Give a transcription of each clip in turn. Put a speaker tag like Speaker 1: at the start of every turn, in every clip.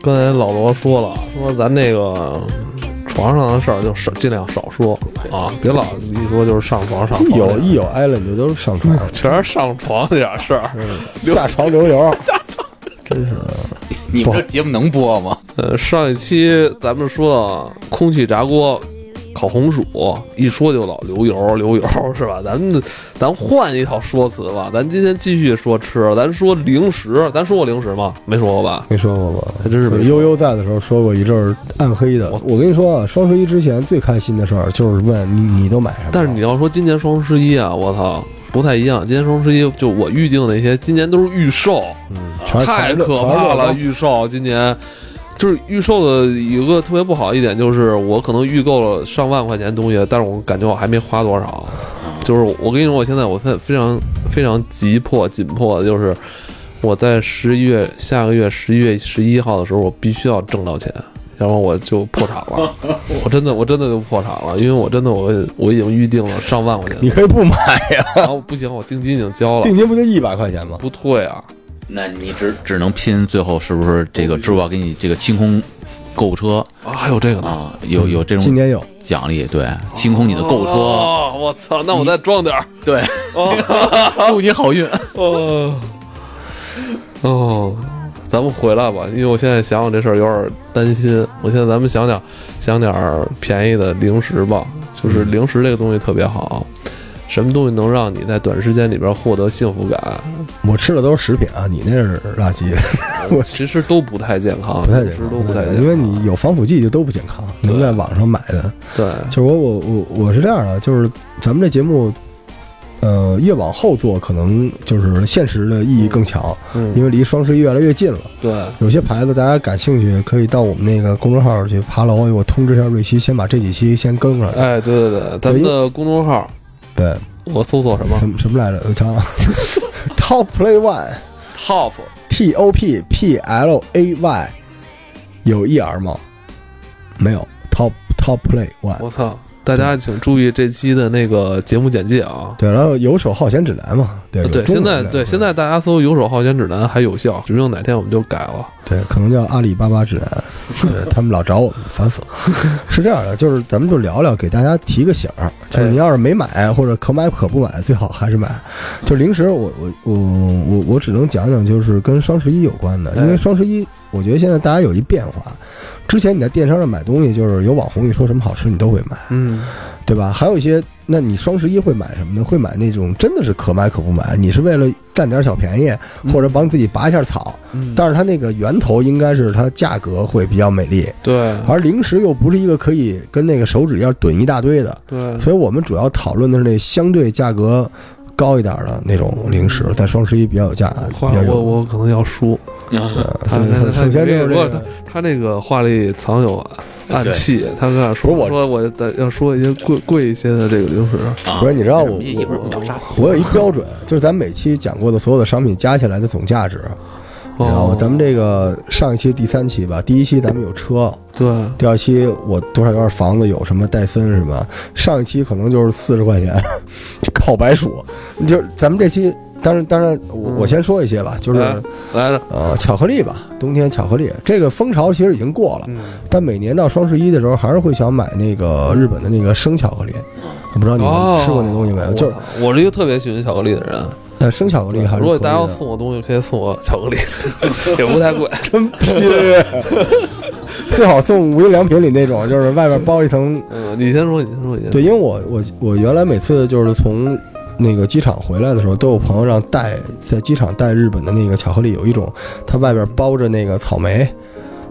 Speaker 1: 刚才老罗说了，说咱那个床上的事儿就少尽量少说啊，别老一说就是上床上床
Speaker 2: 有
Speaker 1: 这
Speaker 2: 一有艾伦就都是上床，
Speaker 1: 全是上床这点事儿。
Speaker 2: 下床留 油，
Speaker 3: 你们这节目能播吗？
Speaker 1: 呃，上一期咱们说到空气炸锅烤红薯，一说就老流油流油是吧？咱们咱换一套说辞吧，咱今天继续说吃，咱说零食，咱说过零食吗？没说过吧？
Speaker 2: 没说过吧？
Speaker 1: 还真是没说过
Speaker 2: 悠悠在的时候说过一阵儿暗黑的。我跟你说啊，双十一之前最开心的事儿就是问你你都买什么了，
Speaker 1: 但是你要说今年双十一啊，我操，不太一样。今年双十一就我预定那些，今年都是预售，
Speaker 2: 全是
Speaker 1: 太
Speaker 2: 全是
Speaker 1: 可怕了！
Speaker 2: 全是
Speaker 1: 预售今年就是预售的有个特别不好一点，就是我可能预购了上万块钱东西，但是我感觉我还没花多少。就是我跟你说，我现在我非非常非常急迫紧迫的就是。我在十一月下个月十一月十一号的时候，我必须要挣到钱，要不然我就破产了。我真的我真的就破产了，因为我真的我我已经预定了上万块钱，
Speaker 2: 你可 以不买呀，
Speaker 1: 然后不行，我定金已经交了，
Speaker 2: 定金不就一百块钱吗？
Speaker 1: 不退啊。
Speaker 3: 那你只哦只能拼最后是不是这个支付宝给你这个清空购物车
Speaker 1: 啊，还有这个呢，
Speaker 3: 啊？有有这
Speaker 2: 嗯今
Speaker 3: 种
Speaker 2: 年有，
Speaker 3: 奖励，对，清空你的购物车，
Speaker 1: 哦，我操，那我再装点儿。
Speaker 3: 对，
Speaker 1: 哦
Speaker 3: 祝你好运。
Speaker 1: 哦哦，咱们回来吧，因为我现在想想这事儿有点担心。我现在咱们想想想点儿便宜的零食吧，就是零食这个东西特别好。什么东西能让你在短时间里边获得幸福感？
Speaker 2: 我吃的都是食品啊，你那是垃圾，我
Speaker 1: 其实都不太健康，
Speaker 2: 不太
Speaker 1: 零
Speaker 2: 健
Speaker 1: 食
Speaker 2: 康，
Speaker 1: 啊都不太健康。啊
Speaker 2: 因为你有防腐剂就都不健康。你们在网上买的，
Speaker 1: 对，
Speaker 2: 就是我我我我是这样的，就是咱们这节目，呃，越往后做，可能就是现实的意义更强，因
Speaker 1: 嗯，
Speaker 2: 为离双十一越来越近了。
Speaker 1: 对，
Speaker 2: 有些牌子大家感兴趣，可以到我们那个公众号去爬楼。我通知一下瑞希，先把这几期先更上去。
Speaker 1: 哎，对对对，咱们的公众号
Speaker 2: 对，
Speaker 1: 我搜索什么
Speaker 2: 什么什么来着？我想想 ，Top Play One
Speaker 1: ？Top
Speaker 2: T O P P L A Y，有 E R 吗？没有。Top Top Play One。
Speaker 1: 我操！大家请注意这期的那个节目简介啊。
Speaker 2: 对，然后有手好闲指南嘛，对
Speaker 1: 呃对，现在对现在大家搜“游手好闲指南”还有效，指不定哪天我们就改了。
Speaker 2: 对，可能叫阿里巴巴指南，对他们老找我们，烦死了。是这样的，就是咱们就聊聊，给大家提个醒儿，就是
Speaker 1: 哎
Speaker 2: 你要是没买或者可买可不买，最好还是买。就零食我，我我我我我只能讲讲，就是跟双十一有关的，
Speaker 1: 哎
Speaker 2: 因为双十一，我觉得现在大家有一变化。之前你在电商上买东西，就是有网红跟你说什么好吃，你都会买，
Speaker 1: 嗯，
Speaker 2: 对吧？还有一些，那你双十一会买什么呢？会买那种真的是可买可不买，你是为了占点小便宜，
Speaker 1: 嗯
Speaker 2: 或者帮自己拔一下草，嗯但是它那个源头应该是它价格会比较美丽，
Speaker 1: 对
Speaker 2: 而零食又不是一个可以跟那个手指一样囤一大堆的，
Speaker 1: 对，
Speaker 2: 所以我们主要讨论的是那相对价格高一点的那种零食，在双十一比较有价，比
Speaker 1: 话嗯
Speaker 2: 较
Speaker 1: 我
Speaker 2: 有。
Speaker 1: 我可能要输。
Speaker 3: 哦
Speaker 2: 呃
Speaker 1: 他
Speaker 2: 对
Speaker 1: 他
Speaker 2: 首首先就
Speaker 1: 这
Speaker 2: 是
Speaker 1: 个
Speaker 2: 这
Speaker 1: 不
Speaker 2: 个，
Speaker 1: 他那个话里藏有暗器，他跟俺说
Speaker 2: 不是我
Speaker 1: 说我的要说一些贵贵一些的这个零食。
Speaker 3: 啊
Speaker 2: 不是你知道我
Speaker 3: 一会儿我们聊啥？
Speaker 2: 我有一标准，就是咱每期讲过的所有的商品加起来的总价值，然后
Speaker 1: 哦，
Speaker 2: 咱们这个上一期第三期吧，第一期咱们有车，
Speaker 1: 对
Speaker 2: 第二期我多少有点房子，有什么戴森什么，上一期可能就是四十块钱， 烤白薯。就咱们这期，当然当然，我我先说一些吧，就是、
Speaker 1: 来来着，
Speaker 2: 呃巧克力吧，冬天巧克力这个风潮其实已经过了，
Speaker 1: 嗯，
Speaker 2: 但每年到双十一的时候，还是会想买那个日本的那个生巧克力。我不知道你
Speaker 1: 哦
Speaker 2: 们吃过那东西没有？就是
Speaker 1: 我操我是一个特别喜欢巧克力的人。
Speaker 2: 呃生巧克力还
Speaker 1: 哦
Speaker 2: 是
Speaker 1: 如果大家
Speaker 2: 可以
Speaker 1: 要
Speaker 2: 的
Speaker 1: 送我东西，可以送我巧克力， 也不太贵。
Speaker 2: 真拼， 最好送无印良品里那种，就是外边包一层
Speaker 1: 嗯，你先说，你先说，你先说。
Speaker 2: 对，因为我我我原来每次就是从那个机场回来的时候，都有朋友让带在机场带日本的那个巧克力，有一种它外边包着那个草莓，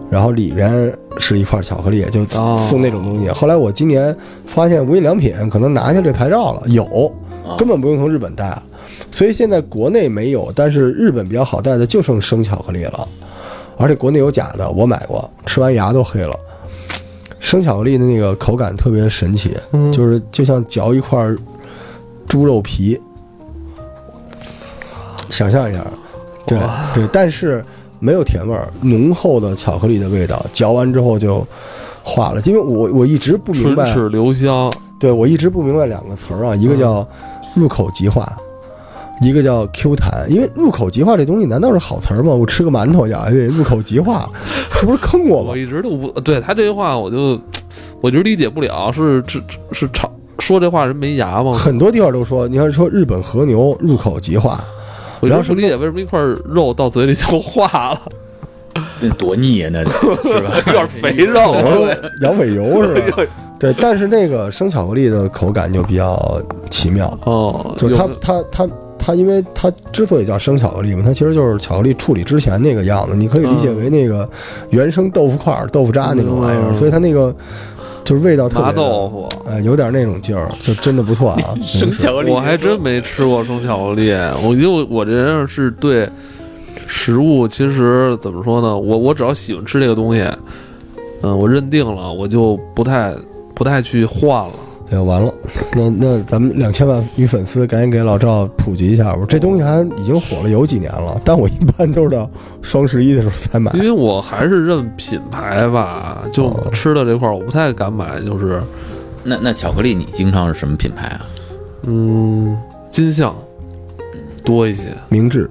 Speaker 2: 然后里边是一块巧克力，就
Speaker 1: 哦
Speaker 2: 送那种东西。后来我今年发现无印良品可能拿下这牌照了，有
Speaker 3: 啊
Speaker 2: 根本不用从日本带，所以现在国内没有，但是日本比较好带的就剩生巧克力了。而且国内有假的，我买过，吃完牙都黑了。生巧克力的那个口感特别神奇，
Speaker 1: 嗯
Speaker 2: 就是就像嚼一块猪肉皮。想象一下，对对，但是没有甜味儿，浓厚的巧克力的味道，嚼完之后就化了。因为我我一直不明
Speaker 1: 唇
Speaker 2: 白，
Speaker 1: 齿留香，
Speaker 2: 对我一直不明白两个词儿啊，一个叫入口即化，一个叫 Q 弹，因为入口即化这东西难道是好词儿吗？我吃个馒头咬下去，入口即化，这不是坑我吗
Speaker 1: 我？一直都不对他这句话，我就我就理解不了，是是是吵说这话人没牙吗？
Speaker 2: 很多地方都说，你看说日本和牛入口即化，
Speaker 1: 我
Speaker 2: 然
Speaker 1: 就
Speaker 2: 后
Speaker 1: 不理解为什么一块肉到嘴里就化了，
Speaker 3: 那多腻啊呀，那得是吧？
Speaker 1: 有点肥 肉。
Speaker 2: 羊尾油 是吧？对，但是那个生巧克力的口感就比较奇妙，
Speaker 1: 哦，
Speaker 2: 就是
Speaker 1: 有
Speaker 2: 它它它它，因为它之所以叫生巧克力嘛，它其实就是巧克力处理之前那个样子，你可以理解为那个原生豆腐块儿、豆腐渣那种玩意儿，
Speaker 1: 嗯
Speaker 2: 所以它那个就是味道特别
Speaker 1: 麻
Speaker 2: 的
Speaker 1: 豆腐。
Speaker 2: 呃，有点那种劲儿，就真的不错 啊。
Speaker 3: 生巧克力，
Speaker 1: 我还真没吃过生巧克力，我因为我这人是对食物，其实怎么说呢，我我只要喜欢吃这个东西，嗯，我认定了，我就不太不太去换了。
Speaker 2: 哎呀，完了，那那咱们两千万女粉丝赶紧给老赵普及一下吧。这东西还已经火了有几年了，但我一般都是到双十一的时候才买
Speaker 1: 因。为我还是认品牌吧，就
Speaker 2: 哦
Speaker 1: 吃的这块儿我不太敢买，就是
Speaker 3: 那那巧克力你经常是什么品牌啊？
Speaker 1: 嗯，金项多一些，
Speaker 2: 明治，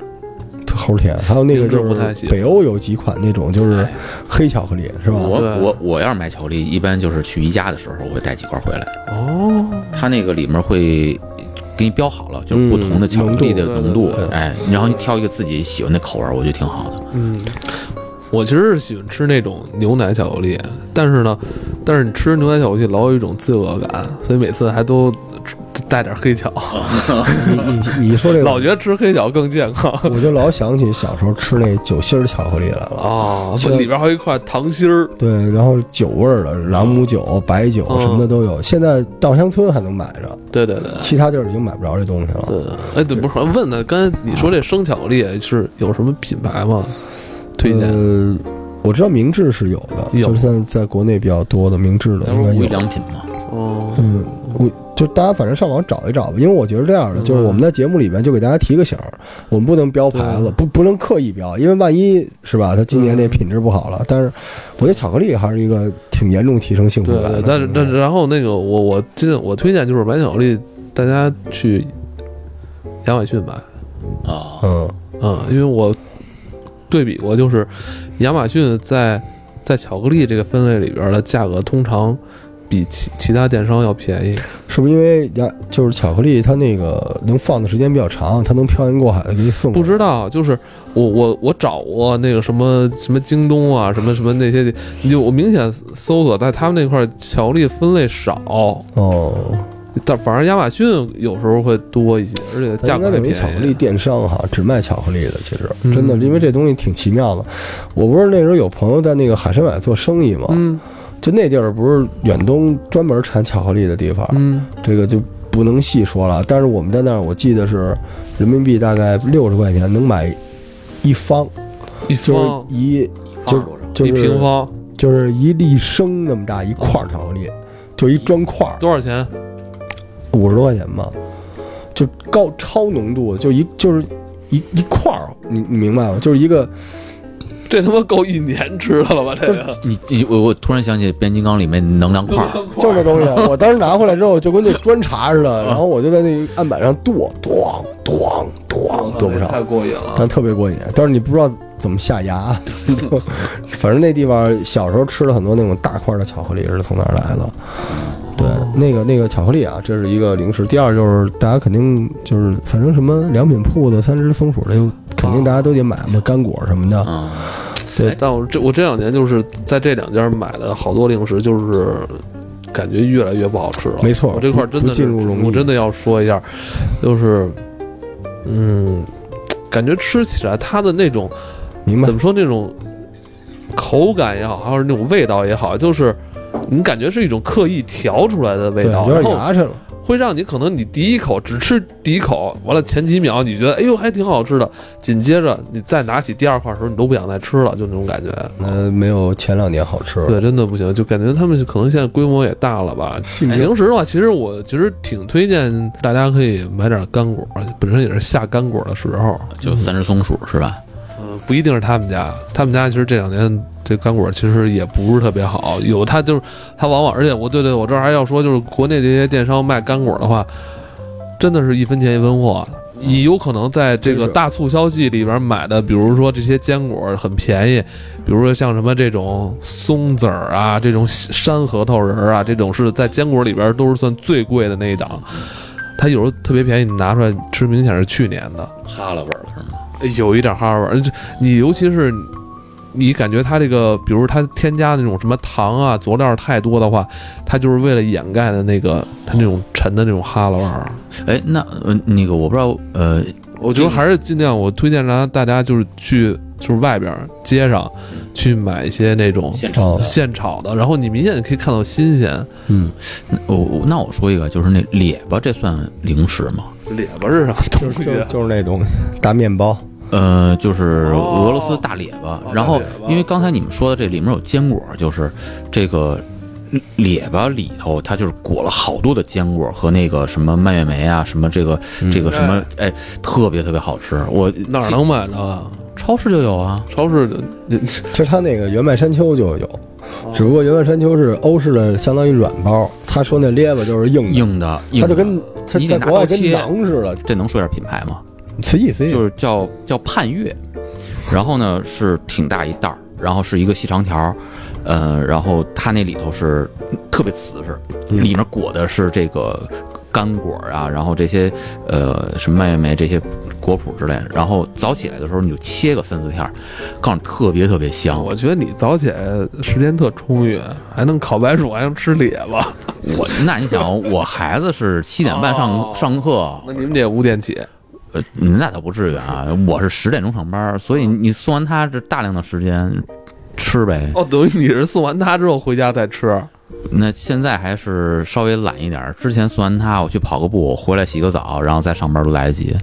Speaker 2: 齁甜。还有那个
Speaker 1: 明治
Speaker 2: 就
Speaker 1: 不太哎
Speaker 2: 是
Speaker 1: 喜
Speaker 2: 北欧有几款那种就是黑巧克力，是吧？
Speaker 3: 我
Speaker 1: 对
Speaker 3: 我我要是买巧克力，一般就是去宜家的时候，我会带几块回来。
Speaker 1: 哦，
Speaker 3: 它那个里面会给你标好了，就是不同的巧克力的
Speaker 1: 浓
Speaker 3: 浓
Speaker 1: 度
Speaker 3: 度，哎，然后你挑一个自己喜欢的口味儿，我觉得挺好的。
Speaker 1: 嗯，我其实是喜欢吃那种牛奶巧克力，但是呢，但是你吃牛奶巧克力老有一种罪恶感，所以每次还都带点黑巧，
Speaker 2: 你你你一说这 个，
Speaker 1: 老觉得吃黑巧更健康
Speaker 2: 我就老想起小时候吃那酒心儿巧克力来了。
Speaker 1: 哦，
Speaker 2: 现在
Speaker 1: 里边还有一块糖心儿，
Speaker 2: 对，然后酒味儿的朗姆
Speaker 1: 哦
Speaker 2: 酒、白酒什么的都有。现在稻香村还能买着，
Speaker 1: 对对对。
Speaker 2: 其他地儿已经买不着这东西了。
Speaker 1: 对，哎，对，不是，问的，刚才你说这生巧克力是有什么品牌吗？推荐？
Speaker 2: 呃，我知道明治是有的，
Speaker 1: 有
Speaker 2: 就是现在在国内比较多的明治的
Speaker 3: 那
Speaker 2: 应
Speaker 3: 不
Speaker 2: 该
Speaker 3: 是无印
Speaker 2: 有。
Speaker 3: 良品吗？
Speaker 1: 哦，
Speaker 2: 嗯，我就大家反正上网找一找吧，因为我觉得这样的，
Speaker 1: 嗯
Speaker 2: 就是我们在节目里边就给大家提个醒儿，我们不能标牌子
Speaker 1: 对，
Speaker 2: 不不能刻意标，因为万一是吧，他今年这品质不好了。
Speaker 1: 嗯
Speaker 2: 但是我觉得巧克力还是一个挺严重提升幸福
Speaker 1: 对
Speaker 2: 感的。
Speaker 1: 对，但是但
Speaker 2: 嗯
Speaker 1: 是然后那个我我今我推荐就是买巧克力，大家去亚马逊买，
Speaker 3: 啊，
Speaker 2: 嗯，
Speaker 1: 嗯，因为我对比过，就是亚马逊在在巧克力这个分类里边的价格通常比其其他电商要便宜，
Speaker 2: 是不是因为呀，就是巧克力它那个能放的时间比较长，它能漂洋过海的给你送过
Speaker 1: 不
Speaker 2: 来？
Speaker 1: 知道就是我我我找过那个什么什么京东啊，什么什么那些，你就我明显搜索在他们那块儿巧克力分类少，
Speaker 2: 哦，
Speaker 1: 但反而亚马逊有时候会多一些，而且
Speaker 2: 它
Speaker 1: 价
Speaker 2: 应
Speaker 1: 格
Speaker 2: 该
Speaker 1: 还
Speaker 2: 等
Speaker 1: 便
Speaker 2: 于
Speaker 1: 宜。
Speaker 2: 巧克力电商哈，只卖巧克力的。其实
Speaker 1: 嗯
Speaker 2: 真的，因为这东西挺奇妙的。我不是那时候有朋友在那个海参崴做生意嘛，
Speaker 1: 嗯
Speaker 2: 就那地儿不是远东专门产巧克力的地方，
Speaker 1: 嗯。
Speaker 2: 这个就不能细说了。但是我们在那儿，我记得是人民币大概六十块钱能买一方，
Speaker 1: 一
Speaker 2: 就是
Speaker 1: 方
Speaker 2: 一就
Speaker 3: 二十多少？
Speaker 2: 就是
Speaker 1: 哦一平方
Speaker 2: 就是一粒升那么大一块儿巧克力，就一砖块儿，
Speaker 1: 多少钱？
Speaker 2: 五十多块钱吧，就高超浓度的，就一就是一一块儿，你你明白吗？就是一个
Speaker 1: 这他妈够一年吃的了吧？这个
Speaker 3: 你你我我突然想起《变形金刚》里面能量块 儿，
Speaker 2: 就这东西，啊 我当时拿回来之后就跟那砖茶似
Speaker 1: 嗯
Speaker 2: 的，然后我就在那案板上剁，咣咣咣剁不
Speaker 1: 太
Speaker 2: 上，
Speaker 1: 过瘾
Speaker 2: 但
Speaker 1: 了。
Speaker 2: 特别过瘾。但是你不知道怎么下牙，啊 反正那地方小时候吃了很多那种大块的巧克力是从哪儿来的。对，
Speaker 1: 哦
Speaker 2: 那个那个巧克力啊，这是一个零食。第二就是大家肯定就是反正什么良品铺子、三只松鼠的，肯
Speaker 1: 哦
Speaker 2: 定大家都得买嘛，干果什么的。
Speaker 3: 嗯，
Speaker 2: 对
Speaker 1: 哎但我这我这两年就是在这两家买的好多零食，就是感觉越来越不好吃了。
Speaker 2: 没错
Speaker 1: 我这块儿真
Speaker 2: 不
Speaker 1: 的
Speaker 2: 进
Speaker 1: 是
Speaker 2: 入容易
Speaker 1: 我真的要说一下，就是嗯，感觉吃起来它的那种
Speaker 2: 明白
Speaker 1: 怎？么说那种口感也好，还有那种味道也好，就是你感觉是一种刻意调出来的味
Speaker 2: 对，
Speaker 1: 道，
Speaker 2: 有
Speaker 1: 然
Speaker 2: 点
Speaker 1: 后
Speaker 2: 牙碜了。
Speaker 1: 会让你可能你第一口只吃第一口，完了前几秒你觉得哎呦还挺好吃的，紧接着你再拿起第二块的时候，你都不想再吃了，就那种感觉。
Speaker 2: 呃，没有前两年好吃了。
Speaker 1: 对，真的不行，就感觉他们可能现在规模也大了吧。
Speaker 2: 性
Speaker 1: 零哎食的话，其实我其实挺推荐大家可以买点干果，本身也是下干果的时候，
Speaker 3: 就三只松鼠是吧？
Speaker 1: 嗯，不一定是他们家，他们家其实这两年这干果其实也不是特别好，有它就是它往往，而且我对对，我这儿还要说，就是国内这些电商卖干果的话，真的是一分钱一分货，你有可能在这个
Speaker 2: 真是
Speaker 1: 大促销季里边买的，比如说这些坚果很便宜，比如说像什么这种松子儿啊，这种山核桃仁儿啊，这种是在坚果里边都是算最贵的那一档。它有时候特别便宜，你拿出来吃，明显是去年的，
Speaker 3: 哈喇味儿了是吗？
Speaker 1: 有一点哈味儿。这你尤其是你感觉它这个，比如它添加那种什么糖啊、佐料太多的话，它就是为了掩盖的那个它那种沉的那种哈喇味儿。啊
Speaker 3: 哎，那呃那个我不知道，呃，
Speaker 1: 我觉得还是尽量，我推荐大家大家就是去就是外边儿街上去买一些那种
Speaker 3: 现
Speaker 2: 炒的
Speaker 1: 现炒的，然后你明显可以看到新鲜。
Speaker 2: 嗯，
Speaker 3: 我我那我说一个，就是那列巴，这算零食吗？
Speaker 1: 列巴是啥
Speaker 2: 就
Speaker 1: 东
Speaker 2: 是
Speaker 1: 西
Speaker 2: 就
Speaker 1: 啊
Speaker 2: 是？就是那东西，大面包，
Speaker 3: 呃，就是
Speaker 1: 哦
Speaker 3: 俄罗斯大列巴。
Speaker 1: 哦
Speaker 3: 然后
Speaker 1: 大列，巴
Speaker 3: 因为刚才你们说的这里面有坚果，就是这个列巴里头，它就是裹了好多的坚果和那个什么蔓越莓啊，什么这个
Speaker 2: 嗯
Speaker 3: 这个什么，哎，特别特别好吃。我
Speaker 1: 哪儿
Speaker 3: 记
Speaker 1: 能买着啊？
Speaker 3: 超市就有啊？
Speaker 1: 超市的
Speaker 2: 其实它那个原麦山丘就有，
Speaker 3: 哦
Speaker 2: 只不过原麦山丘是欧式的，相当于软包，他说那列巴就是硬的，
Speaker 3: 硬的，硬
Speaker 2: 它就
Speaker 3: 的
Speaker 2: 跟它
Speaker 3: 你得
Speaker 2: 在
Speaker 3: 拿
Speaker 2: 国外
Speaker 3: 刀
Speaker 2: 跟
Speaker 3: 切
Speaker 2: 馕似的，
Speaker 3: 这能说点品牌吗？
Speaker 2: 随意
Speaker 1: 嗯
Speaker 2: 随意，
Speaker 3: 就是叫叫盼月，然后呢是挺大一袋儿，然后是一个细长条儿，呃，然后它那里头是特别瓷实，
Speaker 2: 嗯
Speaker 3: 里面裹的是这个干果儿啊，然后这些呃什么蔓越莓这些果脯之类的，然后早起来的时候你就切个三四片儿，告诉你特别特别香。
Speaker 1: 我觉得你早起来时间特充裕，还能烤白薯，还能吃列巴。
Speaker 3: 我那你想，哦我孩子是七点半上、
Speaker 1: 哦
Speaker 3: 上课，
Speaker 1: 那你们得五点起，
Speaker 3: 呃，那倒不至于啊，我是十点钟上班儿，所以你送完他这大量的时间吃呗。
Speaker 1: 哦，等于你是送完它之后回家再吃。
Speaker 3: 那现在还是稍微懒一点儿。之前送完它，我去跑个步，回来洗个澡，然后再上班都来得及。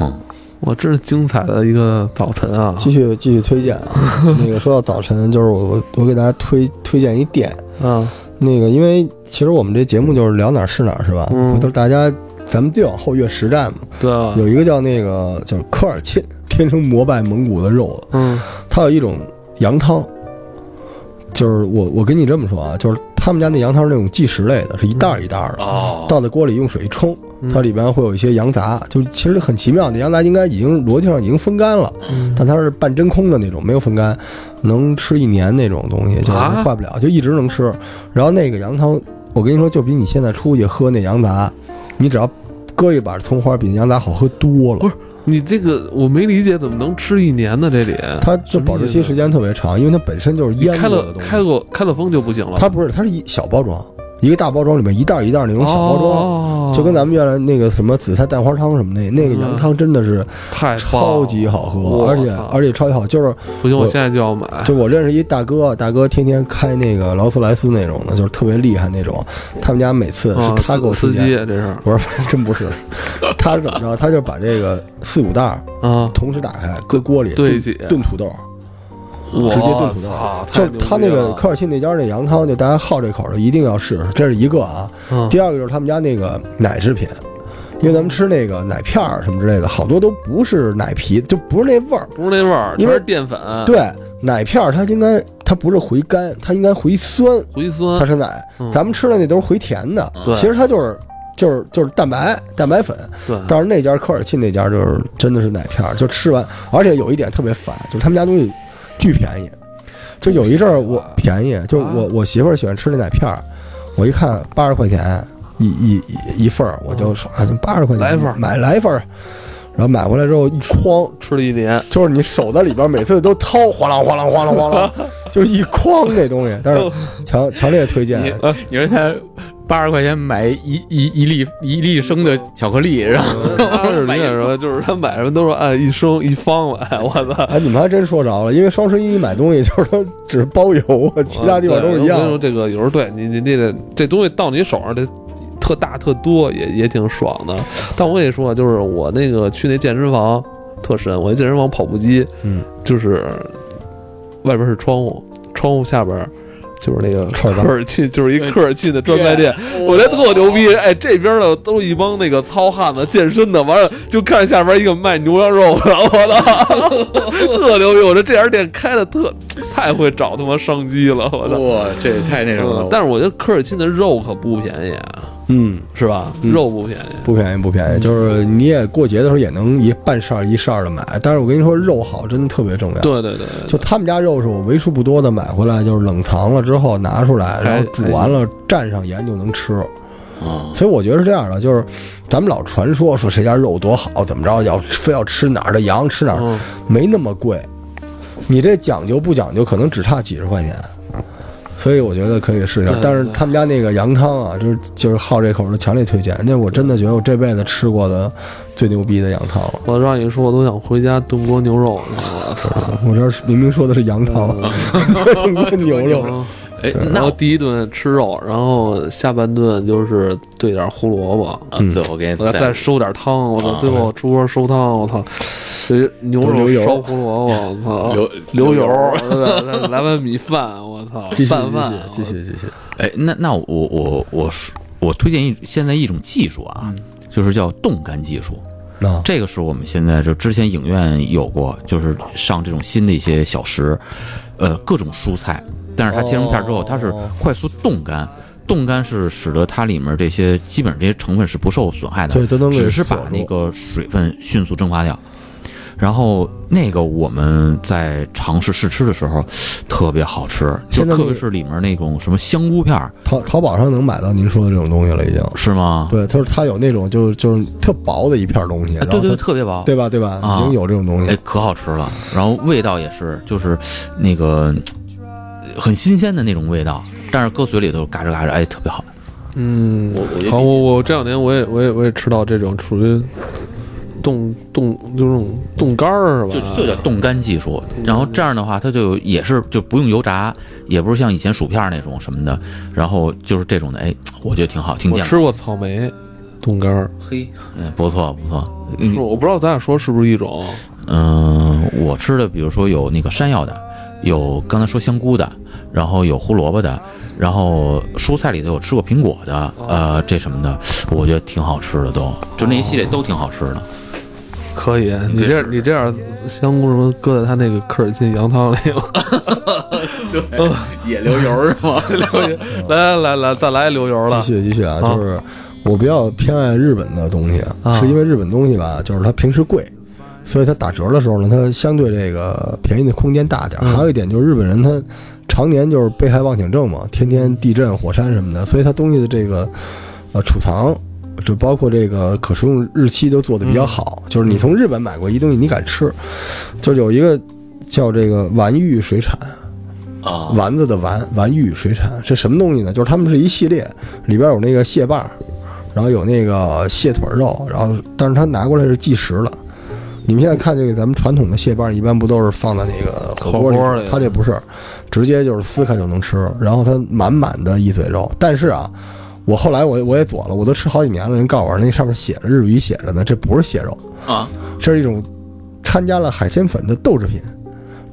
Speaker 3: 嗯，
Speaker 1: 哇，真是精彩的一个早晨啊！
Speaker 2: 继续继续推荐啊， 那个说到早晨，就是我我我给大家推推荐一店，
Speaker 1: 嗯，
Speaker 2: 那个因为其实我们这节目就是聊哪儿是哪儿是吧？
Speaker 1: 嗯
Speaker 2: 回头大家咱们定后岳实战嘛，
Speaker 1: 对啊，
Speaker 2: 有一个叫那个就是科尔沁，天生膜拜蒙古的肉，
Speaker 1: 嗯
Speaker 2: 它有一种羊汤，就是我我跟你这么说啊，就是他们家那羊汤是那种即食类的，是一袋儿一袋儿的，
Speaker 3: 哦
Speaker 2: 倒在锅里用水一冲，
Speaker 1: 嗯
Speaker 2: 它里边会有一些羊杂，就是其实很奇妙，那羊杂应该已经逻辑上已经风干了，
Speaker 1: 嗯
Speaker 2: 但它是半真空的那种，没有风干，能吃一年那种东西，就是
Speaker 1: 啊
Speaker 2: 坏不了，就一直能吃。然后那个羊汤，我跟你说，就比你现在出去喝那羊杂，你只要搁一把葱花，比那羊杂好喝多
Speaker 1: 不
Speaker 2: 了
Speaker 1: 是。你这个我没理解，怎么能吃一年呢？这里
Speaker 2: 它就保质期时间特别长，因为它本身就是
Speaker 1: 你
Speaker 2: 腌
Speaker 1: 开
Speaker 2: 过的
Speaker 1: 了
Speaker 2: 东西。
Speaker 1: 开过开了封就不行了，
Speaker 2: 它不是，它是一小包装，一个大包装里面一袋儿一袋儿那种小包装。
Speaker 1: 哦、
Speaker 2: 就跟咱们原来那个什么紫菜蛋花汤什么那那个羊汤真的是
Speaker 1: 嗯太棒了
Speaker 2: 超级好喝，
Speaker 1: 我
Speaker 2: 而且
Speaker 1: 操哎
Speaker 2: 而且超级好，就是
Speaker 1: 不行，我
Speaker 2: 我
Speaker 1: 现在就要买。
Speaker 2: 就我认识一大哥，大哥天天开那个劳斯莱斯那种的，就是特别厉害那种。他们家每次
Speaker 1: 啊
Speaker 2: 是他给我
Speaker 1: 司
Speaker 2: 推
Speaker 1: 司
Speaker 2: 荐
Speaker 1: 机，这是
Speaker 2: 不是 真不是，他是怎么着？他就把这个四五袋儿
Speaker 1: 啊，
Speaker 2: 同时打开，搁锅里
Speaker 1: 对
Speaker 2: 炖
Speaker 1: 起
Speaker 2: 炖土豆，
Speaker 1: 我
Speaker 2: 直接炖土
Speaker 1: 操
Speaker 2: 豆。就是他那个科
Speaker 1: 客，
Speaker 2: 尔沁那家那羊汤，就大家好这口的一定要试试，这是一个啊。
Speaker 1: 嗯
Speaker 2: 第二个就是他们家那个奶制品。因为咱们吃那个奶片儿什么之类的，好多都不是奶皮，就不是那味儿。
Speaker 1: 不是那味儿，
Speaker 2: 因为
Speaker 1: 全是淀粉，，
Speaker 2: 对，奶片儿它应该它不是回甘，它应该回酸。
Speaker 1: 回酸
Speaker 2: 它，是奶
Speaker 1: 嗯，
Speaker 2: 咱们吃的那都是回甜的，
Speaker 1: 对
Speaker 2: 其实它就是就是就是蛋白蛋白粉。
Speaker 1: 对，
Speaker 2: 但是那家科尔沁那家就是真的是奶片儿，就吃完，而且有一点特别烦，就是他们家东西巨便宜，就有一阵儿我便宜，就是我
Speaker 1: 啊
Speaker 2: 我媳妇儿喜欢吃那奶片儿，我一看八十块钱一一一一份儿，我就说啊，就八十块钱
Speaker 1: 嗯来一份儿
Speaker 2: 买来一份儿，然后买回来之后一筐，
Speaker 1: 吃了一年，
Speaker 2: 就是你手在里边，每次都掏，哗啦哗啦哗啦哗 啦，就是一筐那东西。但是强强烈推荐，
Speaker 3: 呃你说他八十块钱买一一一粒一粒生的巧克力，然后
Speaker 1: 他是那什么，就是他买什么都是按一升一方买，我操。
Speaker 2: 哎，你们还真说着了，因为双十一你买东西就是都只是包邮， 其他地方都
Speaker 1: 我
Speaker 2: 是一
Speaker 1: 跟你
Speaker 2: 样
Speaker 1: 说
Speaker 2: 的。
Speaker 1: 这个有时候对你你这个这东西到你手上得特大特多，也也挺爽的。但我跟你说啊，就是我那个去那健身房特深，我那健身房跑步机，
Speaker 2: 嗯，
Speaker 1: 就是外边是窗户，窗户下边。就是那个科
Speaker 2: 串 儿吧
Speaker 1: 尔沁，就是一科尔沁的专卖店，我觉得特牛逼。哎，这边的都是一帮那个糙汉子、健身的，完了就看下边一个卖牛羊肉的，我 操，特牛逼！我觉得这家店开的特太会找他妈商机了，我操。嗯
Speaker 3: 哇，这也太那
Speaker 1: 嗯但是我觉得科尔沁的肉可不便宜啊，
Speaker 2: 嗯，
Speaker 1: 是吧？
Speaker 2: 嗯
Speaker 1: 肉不便宜，啊
Speaker 2: 不便宜不便宜，就是你也过节的时候也能一半扇儿一扇儿的买，但是我跟你说肉好真的特别重要。
Speaker 1: 对对对，对
Speaker 2: 就他们家肉是我为数不多的买回来，就是冷藏了之后拿出来，然后煮完了蘸上盐就能吃。
Speaker 3: 啊，
Speaker 2: 所以我觉得是这样的，就是咱们老传说说谁家肉多好，怎么着要非要吃哪儿的羊吃哪儿，
Speaker 1: 嗯，
Speaker 2: 没那么贵。你这讲究不讲究，可能只差几十块钱。所以我觉得可以试一下
Speaker 1: 对，
Speaker 2: 但是
Speaker 1: 对
Speaker 2: 他们家那个羊汤啊，就是就是好这口的，强烈推荐。那我真的觉得我这辈子吃过的最牛逼的羊汤了。
Speaker 1: 我让你说，我都想回家炖锅牛肉了，我操！
Speaker 2: 我这明明说的是羊汤， 牛肉。
Speaker 1: 嗯
Speaker 3: 哎，
Speaker 1: 然
Speaker 3: 那
Speaker 1: 后
Speaker 3: 我
Speaker 1: 第一顿吃肉，然后下半顿就是兑点胡萝卜，
Speaker 3: 啊最后给
Speaker 1: 我
Speaker 3: 你
Speaker 1: 再收点汤，我操！
Speaker 3: 啊
Speaker 1: 最后出锅收汤，我操！这牛
Speaker 2: 都是牛
Speaker 1: 肉
Speaker 2: 油
Speaker 1: 烧胡萝卜，我操！
Speaker 3: 留
Speaker 1: 流油
Speaker 3: 油。，
Speaker 1: 再来碗米饭，我操！
Speaker 2: 继续
Speaker 1: 拌饭，啊
Speaker 2: 继续继续继续。
Speaker 3: 哎，那那我我我说我推荐一现在一种技术啊，就是叫冻干技术。
Speaker 2: 那
Speaker 3: 这个是我们现在就之前影院有过，就是上这种新的一些小食，呃，各种蔬菜，但是它切成片儿之后，
Speaker 2: 哦
Speaker 3: 它是快速冻干。冻干是使得它里面这些基本上这些成分是不受损害的，
Speaker 2: 对都能给
Speaker 3: 只是
Speaker 2: 锁
Speaker 3: 把
Speaker 2: 住
Speaker 3: 那个水分迅速蒸发掉。然后那个我们在尝试试吃的时候，特别好吃，就
Speaker 2: 现在那
Speaker 3: 特
Speaker 2: 个
Speaker 3: 别是里面那种什么香菇片儿，
Speaker 2: 淘淘宝上能买到您说的这种东西了，已经。
Speaker 3: 是吗？
Speaker 2: 对，就是它有那种就是就是特薄的一片东西，
Speaker 3: 哎
Speaker 2: 然
Speaker 3: 对
Speaker 2: 后
Speaker 3: 对，
Speaker 2: 它
Speaker 3: 特别薄，
Speaker 2: 对吧对吧，
Speaker 3: 啊
Speaker 2: 已经有这种东
Speaker 3: 哎
Speaker 2: 西，，
Speaker 3: 可好吃了。然后味道也是，就是那个呃很新鲜的那种味道，但是搁嘴里头嘎吱嘎吱，哎，特别好。
Speaker 1: 嗯
Speaker 3: 我我觉，得
Speaker 1: 好，我我这两年我也我也我也吃到这种属于冻冻就这种冻干儿是
Speaker 3: 就
Speaker 1: 吧？
Speaker 3: 就叫冻干技术，然后这样的话，它就也是就不用油炸，也不是像以前薯片那种什么的，然后就是这种的，哎，我觉得挺好，挺
Speaker 1: 我
Speaker 3: 健康
Speaker 1: 吃，过草莓冻干儿，
Speaker 3: 嘿，嗯，不错不错，
Speaker 1: 是
Speaker 3: 嗯
Speaker 1: 我不知道咱俩说是不是一种，
Speaker 3: 嗯，我吃的比如说有那个山药的，有刚才说香菇的，然后有胡萝卜的，然后蔬菜里头有吃过苹果的，呃，这什么的，我觉得挺好吃的都，就那一系列都挺好吃的。
Speaker 1: 可以。你这你这样香菇什么搁在他那个科尔沁羊汤里，
Speaker 3: 也流油是吗？
Speaker 1: 来来来来，再来一流油
Speaker 2: 继
Speaker 1: 了。
Speaker 2: 续继续啊，
Speaker 1: 啊
Speaker 2: 就是我比较偏爱日本的东西，
Speaker 1: 啊
Speaker 2: 是因为日本东西吧，就是它平时贵。所以它打折的时候呢，它相对这个便宜的空间大点儿。
Speaker 1: 嗯
Speaker 2: 还有一点就是日本人他常年就是被害妄想症嘛，天天地震、火山什么的，所以它东西的这个呃储藏，就包括这个可食用日期都做的比
Speaker 1: 嗯
Speaker 2: 较好。就是你从日本买过一东西，你敢吃，就是有一个叫这个丸玉水产，
Speaker 3: 啊，
Speaker 2: 丸子的丸，丸玉水产，这什么东西呢？就是他们是一系列，里边有那个蟹棒，然后有那个蟹腿肉，然后但是它拿过来是计时的。你们现在看这个咱们传统的蟹棒，一般不都是放在那个火锅里
Speaker 1: 火
Speaker 2: 吗
Speaker 1: 锅？里
Speaker 2: 它这不是，直接就是撕开就能吃，然后它满满的一嘴肉。但是啊，我后来我我也左了，我都吃好几年了，人告诉我那上面写着日语写着呢，这不是蟹肉
Speaker 3: 啊，
Speaker 2: 这是一种掺加了海鲜粉的豆制品，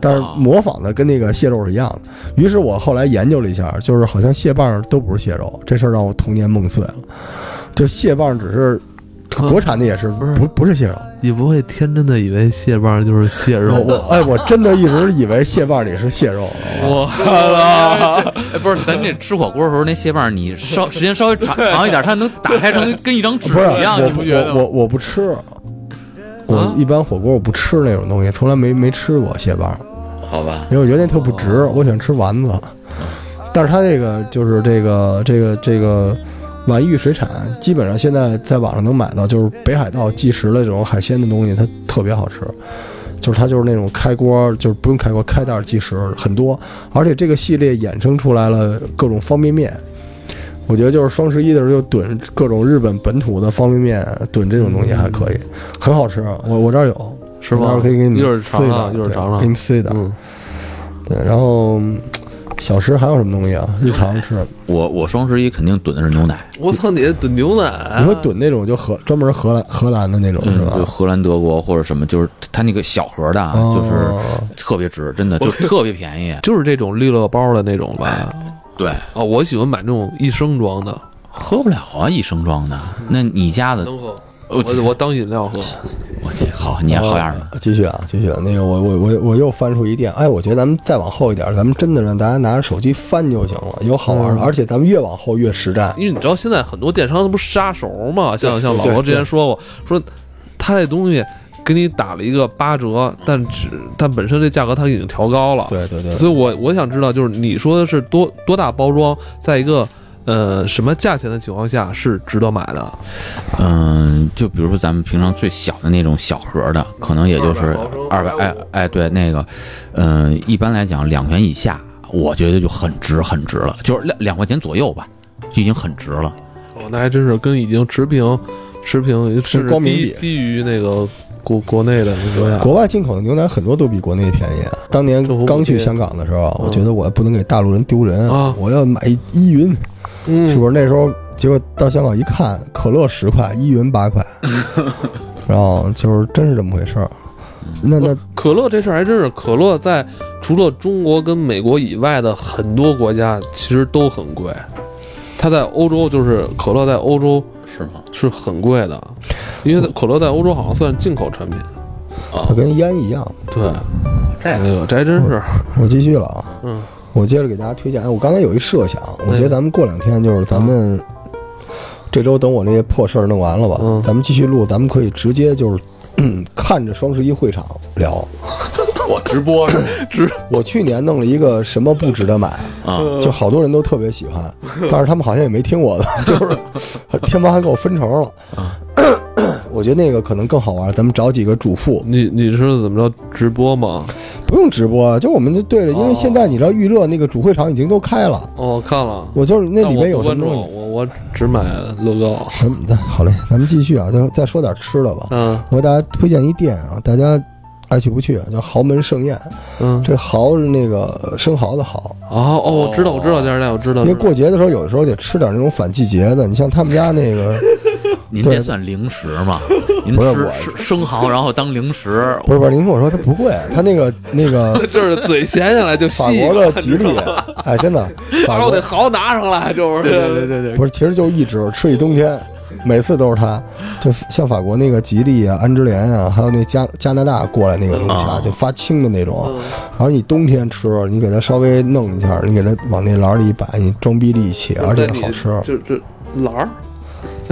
Speaker 2: 但是
Speaker 3: 啊
Speaker 2: 模仿的跟那个蟹肉是一样的。于是我后来研究了一下，就是好像蟹棒都不是蟹肉，这事儿让我童年梦碎了。就蟹棒只是
Speaker 1: 啊
Speaker 2: 国产的，也是
Speaker 1: 不是
Speaker 2: 不不是蟹肉。
Speaker 1: 你不会天真的以为蟹棒就是蟹
Speaker 2: 我
Speaker 1: 肉
Speaker 2: 我
Speaker 1: 吧？
Speaker 2: 哎，我真的一直以为蟹棒里是蟹肉。
Speaker 1: 我
Speaker 3: 哎，不是，咱这吃火锅的时候，那蟹棒你稍时间稍微长长一点，它能打开成跟一张纸
Speaker 2: 不是，
Speaker 3: 一样，你不觉
Speaker 2: 我
Speaker 3: 得
Speaker 2: 我
Speaker 3: 吗？啊
Speaker 2: 我我不吃。我一般火锅我不吃那种东西，从来没没吃过蟹棒。
Speaker 3: 好吧，
Speaker 2: 因为我觉得那特不值，
Speaker 1: 哦
Speaker 2: 我喜欢吃丸子。但是它这个就是这个这个这个丸玉水产，基本上现在在网上能买到，就是北海道即食的这种海鲜的东西，它特别好吃。就是它就是那种开锅，就是不用开锅，开袋儿即食很多，而且这个系列衍生出来了各种方便面。我觉得就是双十一的时候就炖各种日本本土的方便面，炖这种东西还可以，很好吃。我我这儿有，
Speaker 1: 嗯是
Speaker 2: 我
Speaker 1: 吗
Speaker 2: 到时候可以给你
Speaker 1: 一会
Speaker 2: 们
Speaker 1: 儿
Speaker 2: 撕
Speaker 1: 尝
Speaker 2: 一
Speaker 1: 尝
Speaker 2: 袋
Speaker 1: 一会儿
Speaker 2: 对
Speaker 1: 尝尝
Speaker 2: 给你们撕一袋。
Speaker 1: 嗯，
Speaker 2: 对，然后嗯小吃还有什么东西啊？日常吃，
Speaker 3: 我我双十一肯定炖的是牛奶，
Speaker 1: 我操，你这炖牛奶，啊
Speaker 2: 你说炖那种就荷专门荷兰荷兰的那种是
Speaker 3: 嗯，就
Speaker 2: 吧？
Speaker 3: 荷兰、德国或者什么，就是它那个小盒的啊，就是
Speaker 2: 哦
Speaker 3: 特别值，真的就特别便宜。
Speaker 1: 就是这种利乐包的那种吧？
Speaker 3: 对，
Speaker 1: 啊，我喜欢买那种一升装的，
Speaker 3: 喝不了啊，一升装的。那你家的，
Speaker 1: 喝。
Speaker 3: 嗯我
Speaker 1: 我我当饮料喝，
Speaker 3: 我我这好，你好样的，
Speaker 2: 继续啊，继续啊。那个我我我我又翻出一店，哎，我觉得咱们再往后一点，咱们真的让大家拿着手机翻就行了，有好
Speaker 1: 嗯
Speaker 2: 玩的，而且咱们越往后越实战。
Speaker 1: 因为你知道现在很多电商他不是杀熟嘛，像像老罗之前说过，说他这东西给你打了一个八折，但只但本身这价格它已经调高了，
Speaker 2: 对对对，
Speaker 1: 所以我我想知道就是你说的是多多大包装，在一个呃什么价钱的情况下是值得买的？
Speaker 3: 嗯，就比如说咱们平常最小的那种小盒的，可能也就是嗯二
Speaker 1: 200
Speaker 3: 百
Speaker 1: 毫，升
Speaker 3: 哎哎，对那个，嗯，一般来讲两元以下，我觉得就很值很值了，就是两两块钱左右吧，就已经很值了。
Speaker 1: 哦，那还真是跟已经持平持平，甚至
Speaker 2: 光明
Speaker 1: 低
Speaker 2: 比
Speaker 1: 低于那个国国内的那个呀。
Speaker 2: 国外进口的牛奶很多都比国内便宜。啊当年
Speaker 1: 这不
Speaker 2: 刚去香港的时候，啊
Speaker 1: 嗯
Speaker 2: 我觉得我不能给大陆人丢人
Speaker 1: 啊
Speaker 2: 我要买依云，是
Speaker 1: 嗯，
Speaker 2: 不是？那时候结果到香港一看，可乐十块，依云八块， 然后就是真是这么回事儿。那那
Speaker 1: 可乐这事儿还真是，可乐在除了中国跟美国以外的很多国家其实都很贵。它在欧洲就是可乐在欧洲
Speaker 3: 是吗？
Speaker 1: 是很贵的，因为可乐在欧洲好像算进口产品。
Speaker 2: 它跟烟一样。
Speaker 1: 对，
Speaker 3: 这样
Speaker 1: 那个哎这还真是，
Speaker 2: 我继续了啊。
Speaker 1: 嗯，
Speaker 2: 我接着给大家推荐，哎我刚才有一设想，我觉得咱们过两天就是咱们这周等我那些破事儿弄完了吧，
Speaker 1: 嗯
Speaker 2: 咱们继续录，咱们可以直接就是 嗯看着双十一会场聊。
Speaker 3: 我直播是
Speaker 2: 我去年弄了一个什么不值得买，
Speaker 3: 啊，
Speaker 2: 就好多人都特别喜欢，但是他们好像也没听我的， 就是天猫还给我分成了。
Speaker 3: 啊
Speaker 2: 我觉得那个可能更好玩，咱们找几个主妇，
Speaker 1: 你你是怎么着直播吗？
Speaker 2: 不用直播，就我们就对了，因为
Speaker 1: 哦
Speaker 2: 现在你知道预热那个主会场已经都开了，
Speaker 1: 哦，我看了，
Speaker 2: 我就是那里
Speaker 1: 但
Speaker 2: 面
Speaker 1: 我
Speaker 2: 有
Speaker 1: 不
Speaker 2: 什
Speaker 1: 关
Speaker 2: 么
Speaker 1: 注，
Speaker 2: 东西
Speaker 1: 我。我只买乐高。
Speaker 2: 咱 们咱好嘞，咱们继续啊，再再说点吃的吧。
Speaker 1: 嗯
Speaker 2: 我给大家推荐一店啊，大家爱去不去啊？叫豪门盛宴。
Speaker 1: 嗯，
Speaker 2: 这蚝是那个生蚝的蚝，
Speaker 1: 哦哦，我知道，我知道，家人我知道。
Speaker 2: 因为
Speaker 1: 知道
Speaker 2: 过节的时候有的时候得吃点那种反季节的。你像他们家那个，
Speaker 3: 您
Speaker 2: 对
Speaker 3: 这算零食吗？ 您
Speaker 2: 不是
Speaker 3: 吃
Speaker 2: 我，
Speaker 3: 吃生蚝然后当零食
Speaker 2: 不是不是，您跟我说它不贵，它那个那个
Speaker 1: 就是嘴闲下来就
Speaker 2: 法
Speaker 1: 细
Speaker 2: 国，的吉利，哎，真的，法
Speaker 1: 然后
Speaker 2: 国
Speaker 1: 得好拿上来，就是对对对对
Speaker 2: 不是，其实就一只吃一冬天，每次都是它。就像法国那个吉利啊、安之莲啊，还有那加加拿大过来那个东西啊，
Speaker 3: 嗯
Speaker 2: 就发青的那种。
Speaker 1: 嗯
Speaker 2: 然后你冬天吃，你给它稍微弄一下，你给它往那篮里一摆，你装逼力气，而且好吃
Speaker 1: 就这篮儿，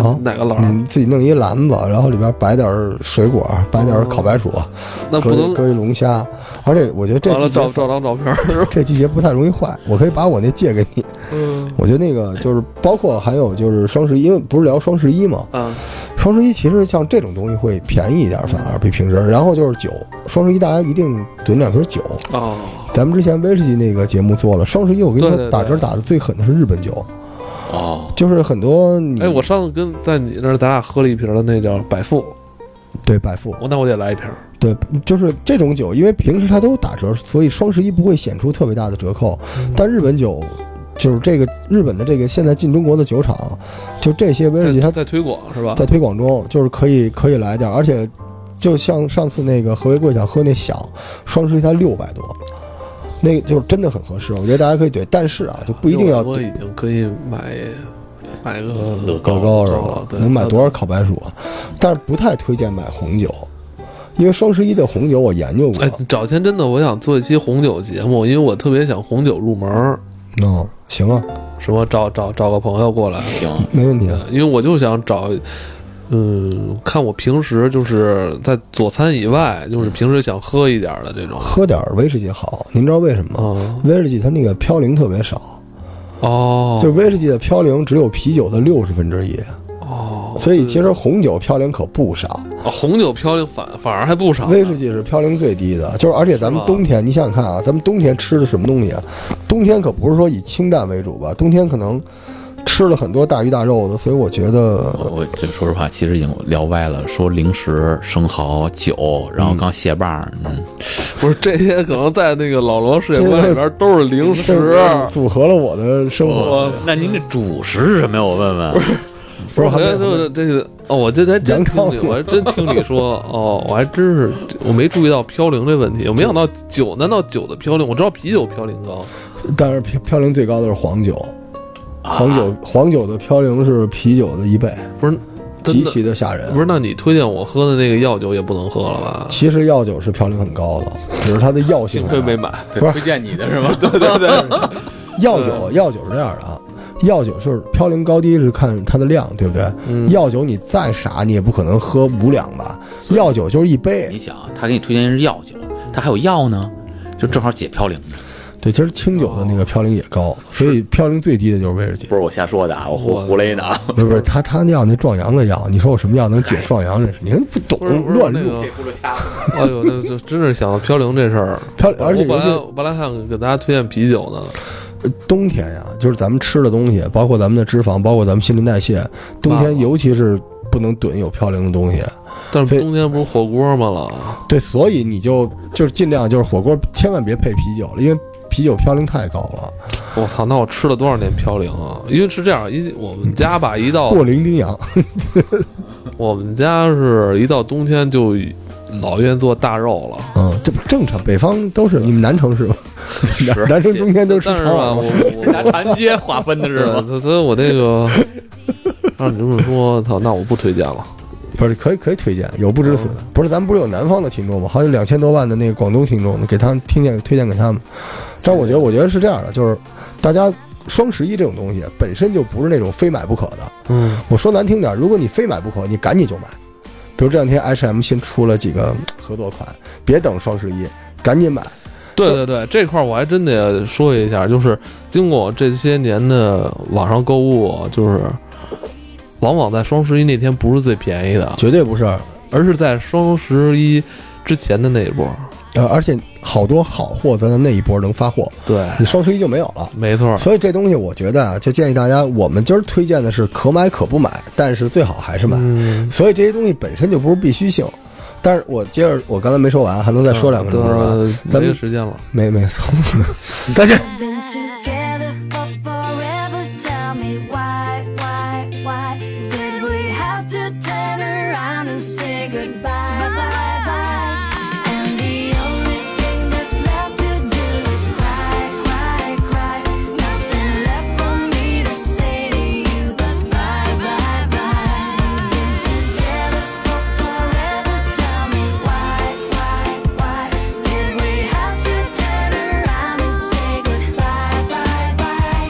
Speaker 2: 啊。
Speaker 1: 哪个篮儿？
Speaker 2: 你自己弄一篮子，然后里边摆点儿水果，摆点儿烤白薯，
Speaker 1: 嗯那不
Speaker 2: 搁一
Speaker 1: 能
Speaker 2: 搁一龙虾。而且我觉得这
Speaker 1: 完了
Speaker 2: 季
Speaker 1: 照
Speaker 2: 节
Speaker 1: 照张照片儿。
Speaker 2: 这季节不太容易坏，我可以把我那借给你。
Speaker 1: 嗯
Speaker 2: 我觉得那个就是包括还有就是双十一，因为不是聊双十一嘛，
Speaker 1: 啊
Speaker 2: 双十一其实像这种东西会便宜一点，反而比平时。然后就是酒，双十一大家一定囤两瓶酒。
Speaker 1: 哦，
Speaker 2: 咱们之前威士忌那个节目做了，双十一我跟你
Speaker 1: 对对
Speaker 2: 说
Speaker 1: 对
Speaker 2: 打折打的最狠的是日本酒，
Speaker 3: 哦，
Speaker 2: 就是很多你
Speaker 1: 哎，我上次跟在你那儿咱俩喝了一瓶的那叫百富，
Speaker 2: 对百富
Speaker 1: 我那我得来一瓶。
Speaker 2: 对，就是这种酒，因为平时它都打折，所以双十一不会显出特别大的折扣。
Speaker 1: 嗯
Speaker 2: 但日本酒就是这个日本的这个现在进中国的酒厂，就这些威士忌它
Speaker 1: 在在推广是吧？
Speaker 2: 在推广中，就是可以可以来点儿，而且就像上次那个何为贵想喝那响，双十一才六百多，那个就是真的很合适，我觉得大家可以怼，但是啊，就不一定要
Speaker 1: 我已经可以买买个乐
Speaker 2: 搞高嗯是吧
Speaker 1: 了，？对，
Speaker 2: 能买多少烤白薯啊？但是不太推荐买红酒，因为双十一的红酒我研究过
Speaker 1: 哎，，找钱真的，我想做一期红酒节目，因为我特别想红酒入门儿，
Speaker 2: 嗯，行啊，
Speaker 1: 什么找找找个朋友过来，
Speaker 3: 行，
Speaker 2: 没问题啊。
Speaker 1: 因为我就想找，嗯，看我平时就是在佐餐以外，就是平时想喝一点儿的这种。
Speaker 2: 喝点儿威士忌好，您知道为什么吗？
Speaker 1: 啊
Speaker 2: 威士忌它那个嘌呤特别少，
Speaker 1: 哦，
Speaker 2: 就威士忌的嘌呤只有啤酒的六十分之一，
Speaker 1: 哦，
Speaker 2: 所以其实红酒嘌呤可不少。
Speaker 1: 哦红酒嘌呤反反而还不少呢。
Speaker 2: 威士忌是嘌呤最低的，就是而且咱们
Speaker 1: 是吗
Speaker 2: 冬天，你想想看啊，咱们冬天吃的什么东西啊？冬天可不是说以清淡为主吧，冬天可能吃了很多大鱼大肉的，所以我觉得
Speaker 3: 我我这说实话，其实已经聊歪了，说零食、生蚝、酒，然后刚蟹棒，嗯，
Speaker 1: 不是这些，可能在那个老罗世界观里边都是零
Speaker 2: 这
Speaker 1: 食。啊
Speaker 2: 是组合了我的生活。
Speaker 1: 我
Speaker 3: 那您这主食是什么呀？我问问。
Speaker 2: 不是
Speaker 1: 我
Speaker 2: 还
Speaker 1: 觉得
Speaker 2: 没
Speaker 1: 就是这个哦，我这还真
Speaker 2: 杨
Speaker 1: 听
Speaker 2: 康
Speaker 1: 你，我还真听你说 哦，我还真是我没注意到嘌呤这问题，我没想到酒，难道酒的嘌呤？我知道啤酒嘌呤高，
Speaker 2: 但是嘌嘌呤最
Speaker 1: 啊
Speaker 2: 高的是黄酒，黄酒黄酒的嘌呤是啤酒的一倍。
Speaker 1: 不是
Speaker 2: 极其的吓人
Speaker 1: 不。是，那你推荐我喝的那个药酒也不能喝了吧？
Speaker 2: 其实药酒是嘌呤很高的，只是它的药性
Speaker 1: 幸
Speaker 2: 啊很
Speaker 1: 亏
Speaker 2: 高。
Speaker 1: 没买。
Speaker 3: 对
Speaker 2: 不是
Speaker 3: 推荐你的是吗？对
Speaker 2: 药
Speaker 1: 嗯
Speaker 2: 酒，药酒是这样的啊，药酒是嘌呤高低是看它的量，对不对？
Speaker 1: 嗯
Speaker 2: 药酒你再傻，你也不可能喝五两吧？药酒就是一杯
Speaker 3: 你。想啊，他给你推荐是药酒，他还有药呢，就正好解嘌呤的。
Speaker 2: 对，其实清酒的那个嘌呤也
Speaker 1: 哦
Speaker 2: 高，所以嘌呤最低的就是威士忌
Speaker 3: 不。是我瞎说的啊，我胡
Speaker 1: 我
Speaker 3: 胡勒的啊。
Speaker 2: 不是不是，他他要那壮阳的药，你说我什么药能解壮阳这事？你看不懂
Speaker 1: 不是不，是
Speaker 2: 嗯乱
Speaker 1: 那
Speaker 2: 入。
Speaker 1: 个，
Speaker 3: 轱辘掐了，
Speaker 1: 哎呦，那这真是想到嘌呤这事儿。
Speaker 2: 嘌 而且
Speaker 1: 我本
Speaker 2: 尤
Speaker 1: 来
Speaker 2: 其
Speaker 1: 我本来想给大家推荐啤酒呢，
Speaker 2: 冬天呀，就是咱们吃的东西，包括咱们的脂肪，包括咱们新陈代谢，冬
Speaker 1: 忘
Speaker 2: 天
Speaker 1: 了
Speaker 2: 尤其是不能囤有嘌呤的东西。
Speaker 1: 但
Speaker 2: 所
Speaker 1: 是
Speaker 2: 以
Speaker 1: 冬天不是火锅吗？了，
Speaker 2: 对，所以你就就是尽量就是火锅，千万别配啤酒了，因为啤酒嘌呤太高了，
Speaker 1: 我操，那我吃了多少年嘌呤啊？因为是这样，因我们家吧，一到
Speaker 2: 过零丁洋。
Speaker 1: 我们家是一到冬天就老愿意做大肉了。
Speaker 2: 嗯，这不正常，北方都是你们南城是吧？
Speaker 3: 是
Speaker 2: 南南城冬天都吃啊
Speaker 1: 但是
Speaker 2: 肠
Speaker 1: 吧，
Speaker 2: 碗
Speaker 1: 我
Speaker 2: 吗
Speaker 1: 我我
Speaker 3: 拿长街划分的是
Speaker 1: 对，
Speaker 3: 吗？
Speaker 1: 所所以我那个按你这么说，操，那我不推荐了。
Speaker 2: 不是，可以可以推荐，有不知死
Speaker 1: 嗯
Speaker 2: 的，不是咱们不是有南方的听众吗？还有两千多万的那个广东听众，给他们听见推荐给他们。但是我觉得，我觉得是这样的，就是大家双十一这种东西本身就不是那种非买不可的。
Speaker 1: 嗯，
Speaker 2: 我说难听点，如果你非买不可，你赶紧就买。比如这两天 H&M 新出了几个合作款，别等双十一，赶紧买。
Speaker 1: 对对对，这块儿我还真得说一下，就是经过这些年的网上购物，就是往往在双十一那天不是最便宜的，
Speaker 2: 绝对不是，
Speaker 1: 而是在双十一之前的那一波。
Speaker 2: 呃，而且好多好货咱在那一波能发货，
Speaker 1: 对，
Speaker 2: 你双十一就没有了。
Speaker 1: 没错儿，
Speaker 2: 所以这东西我觉得啊，就建议大家，我们今儿推荐的是可买可不买，但是最好还是买。
Speaker 1: 嗯，
Speaker 2: 所以这些东西本身就不是必须性。但是我接着，我刚才没说完，还能再说两分钟是吧？
Speaker 1: 对，
Speaker 2: 咱们
Speaker 1: 没有时间了。
Speaker 2: 没没错， 再见。
Speaker 4: been together for forever. Tell me why, why, why did we have to turn around and say goodbye, bye, bye? And the only thing that's left to do is cry, cry, cry. Nothing left for me to say to you but bye, bye, bye. Been together for forever. Tell me why, why, why did we have to turn around and say goodbye, bye, bye?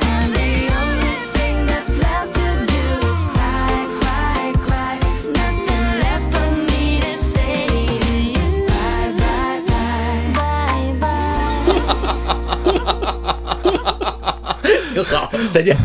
Speaker 4: And the only thing that's left to do is cry, cry, cry. Nothing left for me to say to you. Bye, bye, bye, bye, bye.
Speaker 3: 挺好，再见。